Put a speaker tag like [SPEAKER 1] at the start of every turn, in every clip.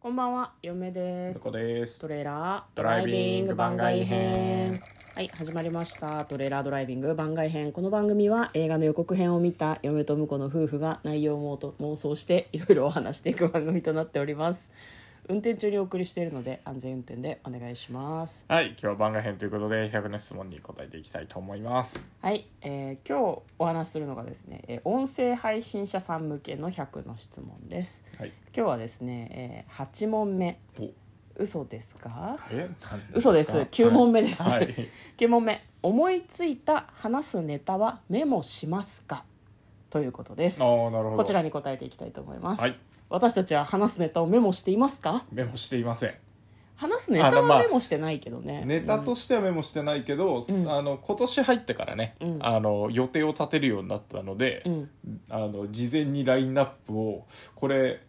[SPEAKER 1] こんばんは、嫁で
[SPEAKER 2] こ
[SPEAKER 1] す
[SPEAKER 2] こ。です
[SPEAKER 1] ト。レーラード
[SPEAKER 2] ドライビング番外編。
[SPEAKER 1] はい、始まりました。トレーラードライビング番外編。この番組は映画の予告編を見た嫁と婿の夫婦が内容を妄と妄想していろいろお話していく番組となっております。運転中にお送りしているので安全運転でお願いします。
[SPEAKER 2] はい、今日は番外編ということで、100の質問に答えていきたいと思います。
[SPEAKER 1] はい、えー今日お話しするのがですね、えー音声配信者さん向けの100の質問です。
[SPEAKER 2] はい。
[SPEAKER 1] 今日はですね、えー8問目。
[SPEAKER 2] お、
[SPEAKER 1] 嘘ですか
[SPEAKER 2] え、なんか
[SPEAKER 1] 嘘です9問目です、
[SPEAKER 2] はい
[SPEAKER 1] 9問目思いついた話すネタはメモしますかということです
[SPEAKER 2] ああ、なるほど。
[SPEAKER 1] こちらに答えていきたいと思います、
[SPEAKER 2] はい
[SPEAKER 1] 私たちは話すネタをメモしていますか
[SPEAKER 2] メモしていません。
[SPEAKER 1] 話すネタ
[SPEAKER 2] あのま
[SPEAKER 1] は
[SPEAKER 2] あ
[SPEAKER 1] メモしてないけどね、
[SPEAKER 2] ネタとしてはメモしてないけど、あの今年入ってからね、あの予定を立てるようになったので、
[SPEAKER 1] ん
[SPEAKER 2] あの事前にラインナップをこれ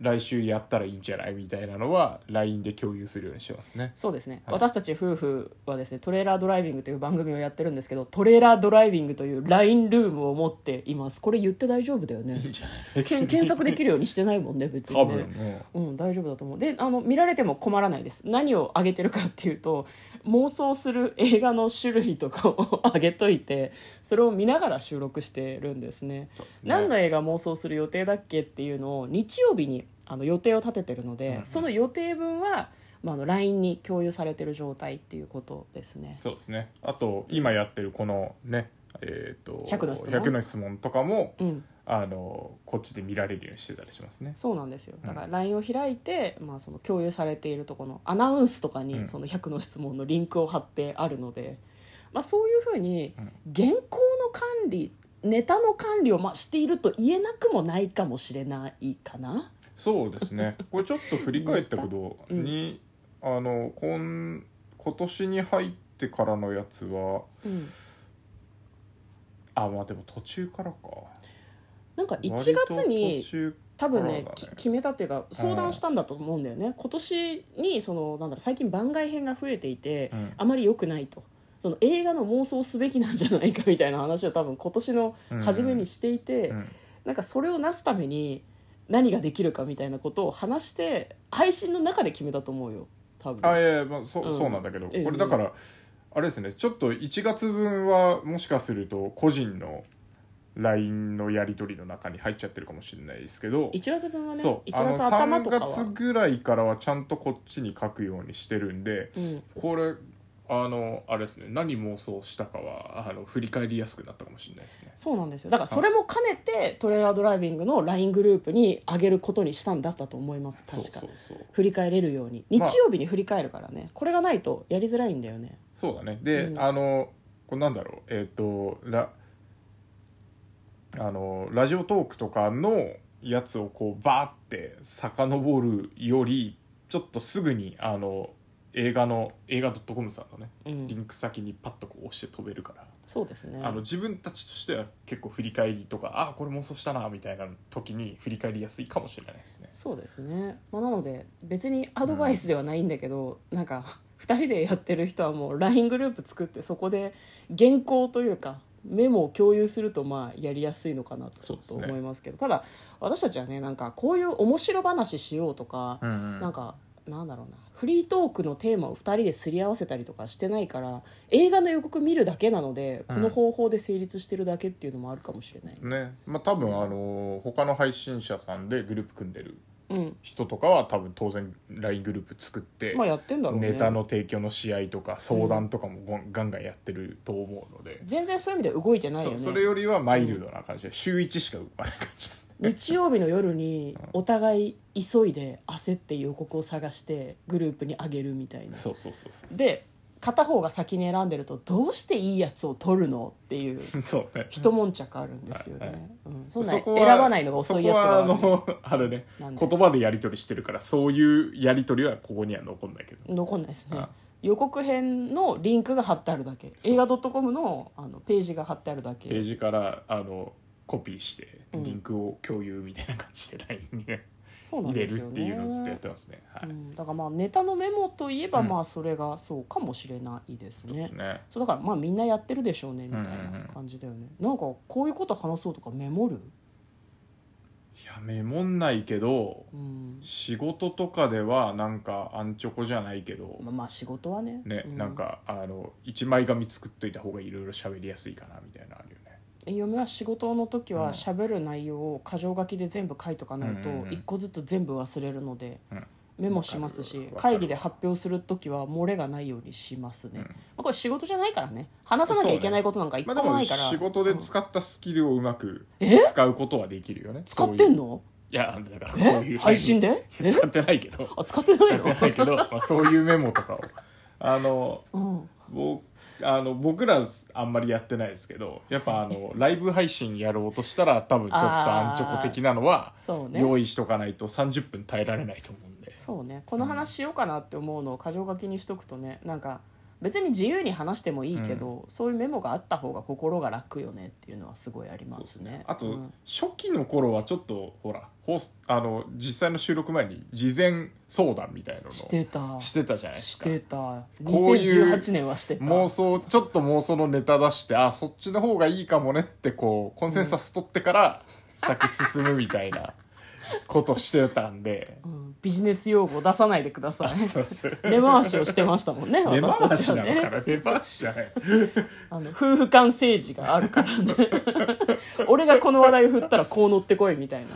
[SPEAKER 2] 来週やったらいいんじゃないみたいなのは LINE で共有するようにしてますね。
[SPEAKER 1] そうですね、
[SPEAKER 2] はい
[SPEAKER 1] 私たち夫婦はですねトレーラードライビングという番組をやってるんですけどトレーラードライビングという LINE ルームを持っていますこれ言って大丈夫だよね
[SPEAKER 2] いい んじゃない
[SPEAKER 1] け
[SPEAKER 2] で
[SPEAKER 1] ん
[SPEAKER 2] すか
[SPEAKER 1] 検索できるようにしてないもんね別にね
[SPEAKER 2] 多分、うん
[SPEAKER 1] うん、大丈夫だと思うであの見られても困らないです何をあげてるかっていうと妄想する映画の種類とかをあげといてそれを見ながら収録してるんですね
[SPEAKER 2] そうですね
[SPEAKER 1] 何の映画妄想する予定だっけっていうのを日曜日にあの予定を立ててるので、その予定分は、まあ、あの LINE に共有されてる状態っていうことですね
[SPEAKER 2] そうですねあと今やってるこのねえっ、と
[SPEAKER 1] 100の質問
[SPEAKER 2] 100の質問とかも、
[SPEAKER 1] うん
[SPEAKER 2] あのこっちで見られるようにしてたりしますね
[SPEAKER 1] そうなんですよだから LINE を開いて、まあ、その共有されているところのアナウンスとか
[SPEAKER 2] う
[SPEAKER 1] に
[SPEAKER 2] ん
[SPEAKER 1] その100の質問のリンクを貼ってあるので、まあ、そういうふうに
[SPEAKER 2] うん
[SPEAKER 1] 原稿の管理ネタの管理をまあしていると言えなくもないかもしれないかな。
[SPEAKER 2] そうで すねこれちょっと振り返ったけど、
[SPEAKER 1] うん
[SPEAKER 2] にあのこん今年に入ってからのやつは
[SPEAKER 1] うん、
[SPEAKER 2] あまあでも途中からか
[SPEAKER 1] なんか1月
[SPEAKER 2] 割と
[SPEAKER 1] に
[SPEAKER 2] 途中
[SPEAKER 1] 多分ね
[SPEAKER 2] そうだね
[SPEAKER 1] き決めたっていうか相談したんだと思うんだよね今年にそのなんだろう最近番外編が増えていて、
[SPEAKER 2] うん
[SPEAKER 1] あまり良くないとその映画の妄想すべきなんじゃないかみたいな話を多分今年の初めにしていて、
[SPEAKER 2] うん
[SPEAKER 1] なんかそれをなすために何ができるかみたいなことを話して配信の中で決めたと思うよ多分
[SPEAKER 2] あいやいや、まあ、そ,、
[SPEAKER 1] う
[SPEAKER 2] うんそうなんだけどこ
[SPEAKER 1] ええ
[SPEAKER 2] れだから、あれですねちょっと1月分はもしかすると個人の LINE のやり取りの中に入っちゃってるかもしれないですけ
[SPEAKER 1] 1
[SPEAKER 2] ど、
[SPEAKER 1] 月分はね
[SPEAKER 2] そう
[SPEAKER 1] 1
[SPEAKER 2] あの
[SPEAKER 1] 月頭とかは
[SPEAKER 2] 3月ぐらいからはちゃんとこっちに書くようにしてるんで
[SPEAKER 1] うん、
[SPEAKER 2] これあのあれですね何妄想したかはあの振り返りやすくなったかもしれないですね
[SPEAKER 1] そうなんですよだからそれも兼ねてトレーラードライビングの LINE グループに上げることにしたんだったと思います確か
[SPEAKER 2] そうそうそう
[SPEAKER 1] 振り返れるように日
[SPEAKER 2] まあ
[SPEAKER 1] 曜日に振り返るからね、これがないとやりづらいんだよね
[SPEAKER 2] そうだねで、
[SPEAKER 1] うん
[SPEAKER 2] あのこれなんだろうえっ、とラあのラジオトークとかのやつをこうバーって遡るよりちょっとすぐにあの映画の映画 .com さんのね、
[SPEAKER 1] うん
[SPEAKER 2] リンク先にパッとこう押して飛べるから、
[SPEAKER 1] そうですね
[SPEAKER 2] あの自分たちとしては結構振り返りとかあこれ妄想したなみたいな時に振り返りやすいかもしれないですね
[SPEAKER 1] そうですね、まあ、なので別にアドバイスではないんだけど、なんか2人でやってる人はもう LINE グループ作ってそこで原稿というかメモを共有するとまあやりやすいのかなと
[SPEAKER 2] そうですね
[SPEAKER 1] 思いますけどただ私たちはねなんかこういう面白話しようとか、
[SPEAKER 2] ん
[SPEAKER 1] なんかなんだろうなフリートークのテーマを2人ですり合わせたりとかしてないから映画の予告見るだけなのでこの方法で成立してるだけっていうのもあるかもしれない、
[SPEAKER 2] ねまあ多分あの他の配信者さんでグループ組んでる
[SPEAKER 1] うん
[SPEAKER 2] 人とかは多分当然 LINE グループ作って、
[SPEAKER 1] まあやってんだろうね
[SPEAKER 2] ネタの提供の試合とか相談とかもごんガンガンやってると思うので、
[SPEAKER 1] 全然そういう意味で動いてないよ
[SPEAKER 2] そ
[SPEAKER 1] ね
[SPEAKER 2] うそれよりはマイルドな感じで、週1しか動かない感じですね
[SPEAKER 1] 日曜日の夜にお互い急いで焦って予告を探してグループにあげるみたいな
[SPEAKER 2] そうそうそうそう
[SPEAKER 1] で片方が先に選んでるとどうしていいやつを取るのっていう
[SPEAKER 2] そうね
[SPEAKER 1] 一悶着あるんですよね、
[SPEAKER 2] はいはい
[SPEAKER 1] うん、そんな
[SPEAKER 2] そ
[SPEAKER 1] 選
[SPEAKER 2] こは
[SPEAKER 1] ばないのが遅いやつがあ
[SPEAKER 2] そ
[SPEAKER 1] る
[SPEAKER 2] こはあのあれね
[SPEAKER 1] なん
[SPEAKER 2] 言
[SPEAKER 1] で
[SPEAKER 2] 葉でやり取りしてるからそういうやり取りはここには残んないけど
[SPEAKER 1] 残んないですね、
[SPEAKER 2] あ
[SPEAKER 1] 予告編のリンクが貼ってあるだけ映画 .com のあのページが貼ってあるだ
[SPEAKER 2] ペー
[SPEAKER 1] け
[SPEAKER 2] ジからあのコピーしてリンクを共有みたいな感じで LINE にね
[SPEAKER 1] そうなん
[SPEAKER 2] 入れ
[SPEAKER 1] です
[SPEAKER 2] る
[SPEAKER 1] よ
[SPEAKER 2] っていうのをずっとやっ
[SPEAKER 1] ね
[SPEAKER 2] てますねは
[SPEAKER 1] う
[SPEAKER 2] い、
[SPEAKER 1] ん、だからまあネタのメモといえば
[SPEAKER 2] うん
[SPEAKER 1] まあそれがそうかもしれないですね、
[SPEAKER 2] ですね
[SPEAKER 1] そうだからまあみんなやってるでしょうねみたい
[SPEAKER 2] うんうんう
[SPEAKER 1] なん感じだよね、なんかこういうこと話そうとかメモる
[SPEAKER 2] やめもんないけど
[SPEAKER 1] うん
[SPEAKER 2] 仕事とかではなんかあんちょこじゃないけど
[SPEAKER 1] まあまあ仕事はね
[SPEAKER 2] ね、
[SPEAKER 1] う
[SPEAKER 2] なんかあの一枚紙作っといた方がいろいろ喋りやすいかなみたいなのあるよね
[SPEAKER 1] 嫁は仕事の時
[SPEAKER 2] うん
[SPEAKER 1] は喋る内容を箇条書きで全部書いとかないと
[SPEAKER 2] うんうんうん
[SPEAKER 1] 一個ずつ全部忘れるので
[SPEAKER 2] うん
[SPEAKER 1] メモしますし
[SPEAKER 2] わかるわかる
[SPEAKER 1] 会議で発表する時は漏れがないようにしますね、まあ、これ仕事じゃないからね話さなきゃいけないことなんか一
[SPEAKER 2] まあ
[SPEAKER 1] 個もない
[SPEAKER 2] で
[SPEAKER 1] か
[SPEAKER 2] も
[SPEAKER 1] ら、
[SPEAKER 2] 仕事で使ったスキルをうまく
[SPEAKER 1] え
[SPEAKER 2] 使うことはできるよね
[SPEAKER 1] 使ってん
[SPEAKER 2] の
[SPEAKER 1] の
[SPEAKER 2] いやだからこう いう
[SPEAKER 1] え配信で
[SPEAKER 2] いや使ってないけど
[SPEAKER 1] あ使ってない
[SPEAKER 2] 使ってない けど、まあ、そういうメモとかをあの
[SPEAKER 1] の、
[SPEAKER 2] 僕あの僕らあんまりやってないですけどやっぱあのライブ配信やろうとしたら多分ちょっとアンチョコ的なのは
[SPEAKER 1] そうね
[SPEAKER 2] 用意しとかないと30分耐えられないと思うんで
[SPEAKER 1] そうねこの話しようかなって思うのを箇条書きにしとくとねなんか別に自由に話してもいいけど、そういうメモがあった方が心が楽よねっていうのはすごいありますね
[SPEAKER 2] あと、
[SPEAKER 1] うん
[SPEAKER 2] 初期の頃はちょっとほらホースあの実際の収録前に事前相談みたいなのを
[SPEAKER 1] してた
[SPEAKER 2] してたじゃないです
[SPEAKER 1] し
[SPEAKER 2] か
[SPEAKER 1] てた
[SPEAKER 2] こういう
[SPEAKER 1] 2018年はしてた
[SPEAKER 2] 妄想ちょっと妄想のネタ出してあそっちの方がいいかもねってこうコンセンサス取ってから先進むみたいなことしてたんで
[SPEAKER 1] うんビジネス用語出さないでくだ さい
[SPEAKER 2] そうそう
[SPEAKER 1] 根回しをしてましたもんね
[SPEAKER 2] 根
[SPEAKER 1] 私た
[SPEAKER 2] 回
[SPEAKER 1] ち
[SPEAKER 2] し
[SPEAKER 1] は
[SPEAKER 2] なの
[SPEAKER 1] ね
[SPEAKER 2] かな根回しじゃない
[SPEAKER 1] あの夫婦間政治があるから ね俺がこの話題を振ったらこう乗ってこいみたいな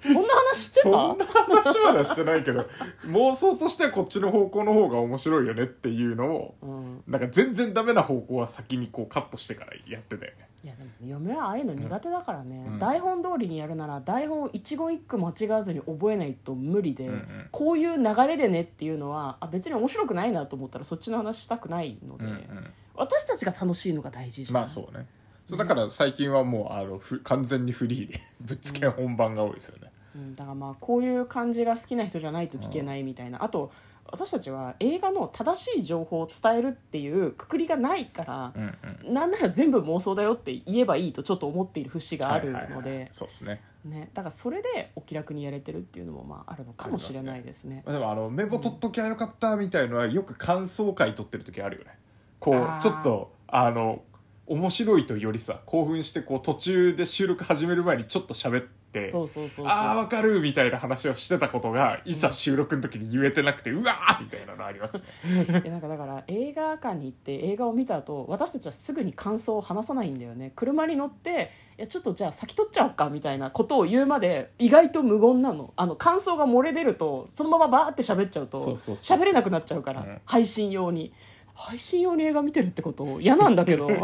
[SPEAKER 1] そんな話してた
[SPEAKER 2] そんな話まだしてないけど妄想としてはこっちの方向の方が面白いよねっていうのを
[SPEAKER 1] うん、
[SPEAKER 2] なんか全然ダメな方向は先にこうカットしてからやってたよね
[SPEAKER 1] いやでも嫁はああいうの苦手だからね、
[SPEAKER 2] うん
[SPEAKER 1] 台本通りにやるなら台本を一語一句間違わずに覚えないと無理で、
[SPEAKER 2] うんうん
[SPEAKER 1] こういう流れでねっていうのはあ別に面白くないなと思ったらそっちの話したくないので、
[SPEAKER 2] うんうん
[SPEAKER 1] 私たちが楽しいのが大事じゃん、
[SPEAKER 2] まあそうねそうだから最近はもうあのふ完全にフリーでぶっつけ本番が多いですよね、
[SPEAKER 1] うん、だからまあこういう感じが好きな人じゃないと聞けないみたいな、あと私たちは映画の正しい情報を伝えるっていうくくりがないから
[SPEAKER 2] う、んうん
[SPEAKER 1] なんなら全部妄想だよって言えばいいとちょっと思っている節があるので、
[SPEAKER 2] はいはいはいそうですね
[SPEAKER 1] ね、だからそれでお気楽にやれてるっていうのもまああるのかもしれないですね
[SPEAKER 2] まあでもあのメモ取っときゃよかったみたいのはよく感想会取ってる時あるよねこ
[SPEAKER 1] あー
[SPEAKER 2] うちょっとあの面白いとよりさ興奮してこう途中で収録始める前にちょっと喋って
[SPEAKER 1] そうそうそうそう
[SPEAKER 2] ああわかるみたいな話をしてたことがいざ収録の時に言えてなくて、うわーみたいなのありますね
[SPEAKER 1] いやなんかだから映画館に行って映画を見た後私たちはすぐに感想を話さないんだよね車に乗っていやちょっとじゃあ先取っちゃおうかみたいなことを言うまで意外と無言なのあの感想が漏れ出るとそのままバーって喋っちゃうと
[SPEAKER 2] そうそうそう
[SPEAKER 1] 喋れなくなっちゃうから、
[SPEAKER 2] うん
[SPEAKER 1] 配信用に配信用に映画見てるってこと嫌なんだけ どちょっ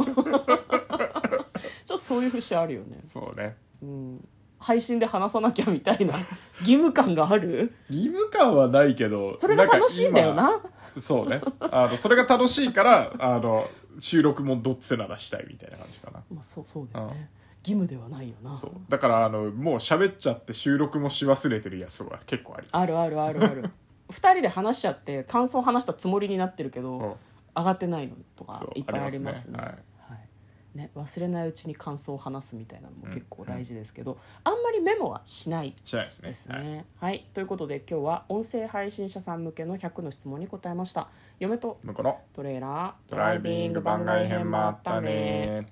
[SPEAKER 1] とそういう節あるよね、
[SPEAKER 2] そうね
[SPEAKER 1] うん、配信で話さなきゃみたいな 義務感がある
[SPEAKER 2] 義務感はないけど
[SPEAKER 1] それが楽しいんだよ
[SPEAKER 2] んか
[SPEAKER 1] な
[SPEAKER 2] 今そうねあのそれが楽しいからあの収録もどっちならしたいみたいな感じかな
[SPEAKER 1] まあそうそうだよね義務ではないよな
[SPEAKER 2] そうだからあのもう喋っちゃって収録もし忘れてるやつは結構ありま
[SPEAKER 1] あ
[SPEAKER 2] す
[SPEAKER 1] るあるあるある 二人で話しちゃって感想話したつもりになってるけど、
[SPEAKER 2] うん
[SPEAKER 1] 上がってないのとか
[SPEAKER 2] そう
[SPEAKER 1] いっぱいありますね
[SPEAKER 2] ありますね
[SPEAKER 1] はいね忘れないうちに感想を話すみたいなのも結構大事ですけど、あんまりメモはしない
[SPEAKER 2] しないですね
[SPEAKER 1] です
[SPEAKER 2] はい
[SPEAKER 1] ねはい、ということで今日は音声配信者さん向けの100の質問に答えました嫁と
[SPEAKER 2] 向こうの
[SPEAKER 1] トレーラード
[SPEAKER 2] ドライビング番外編もあったね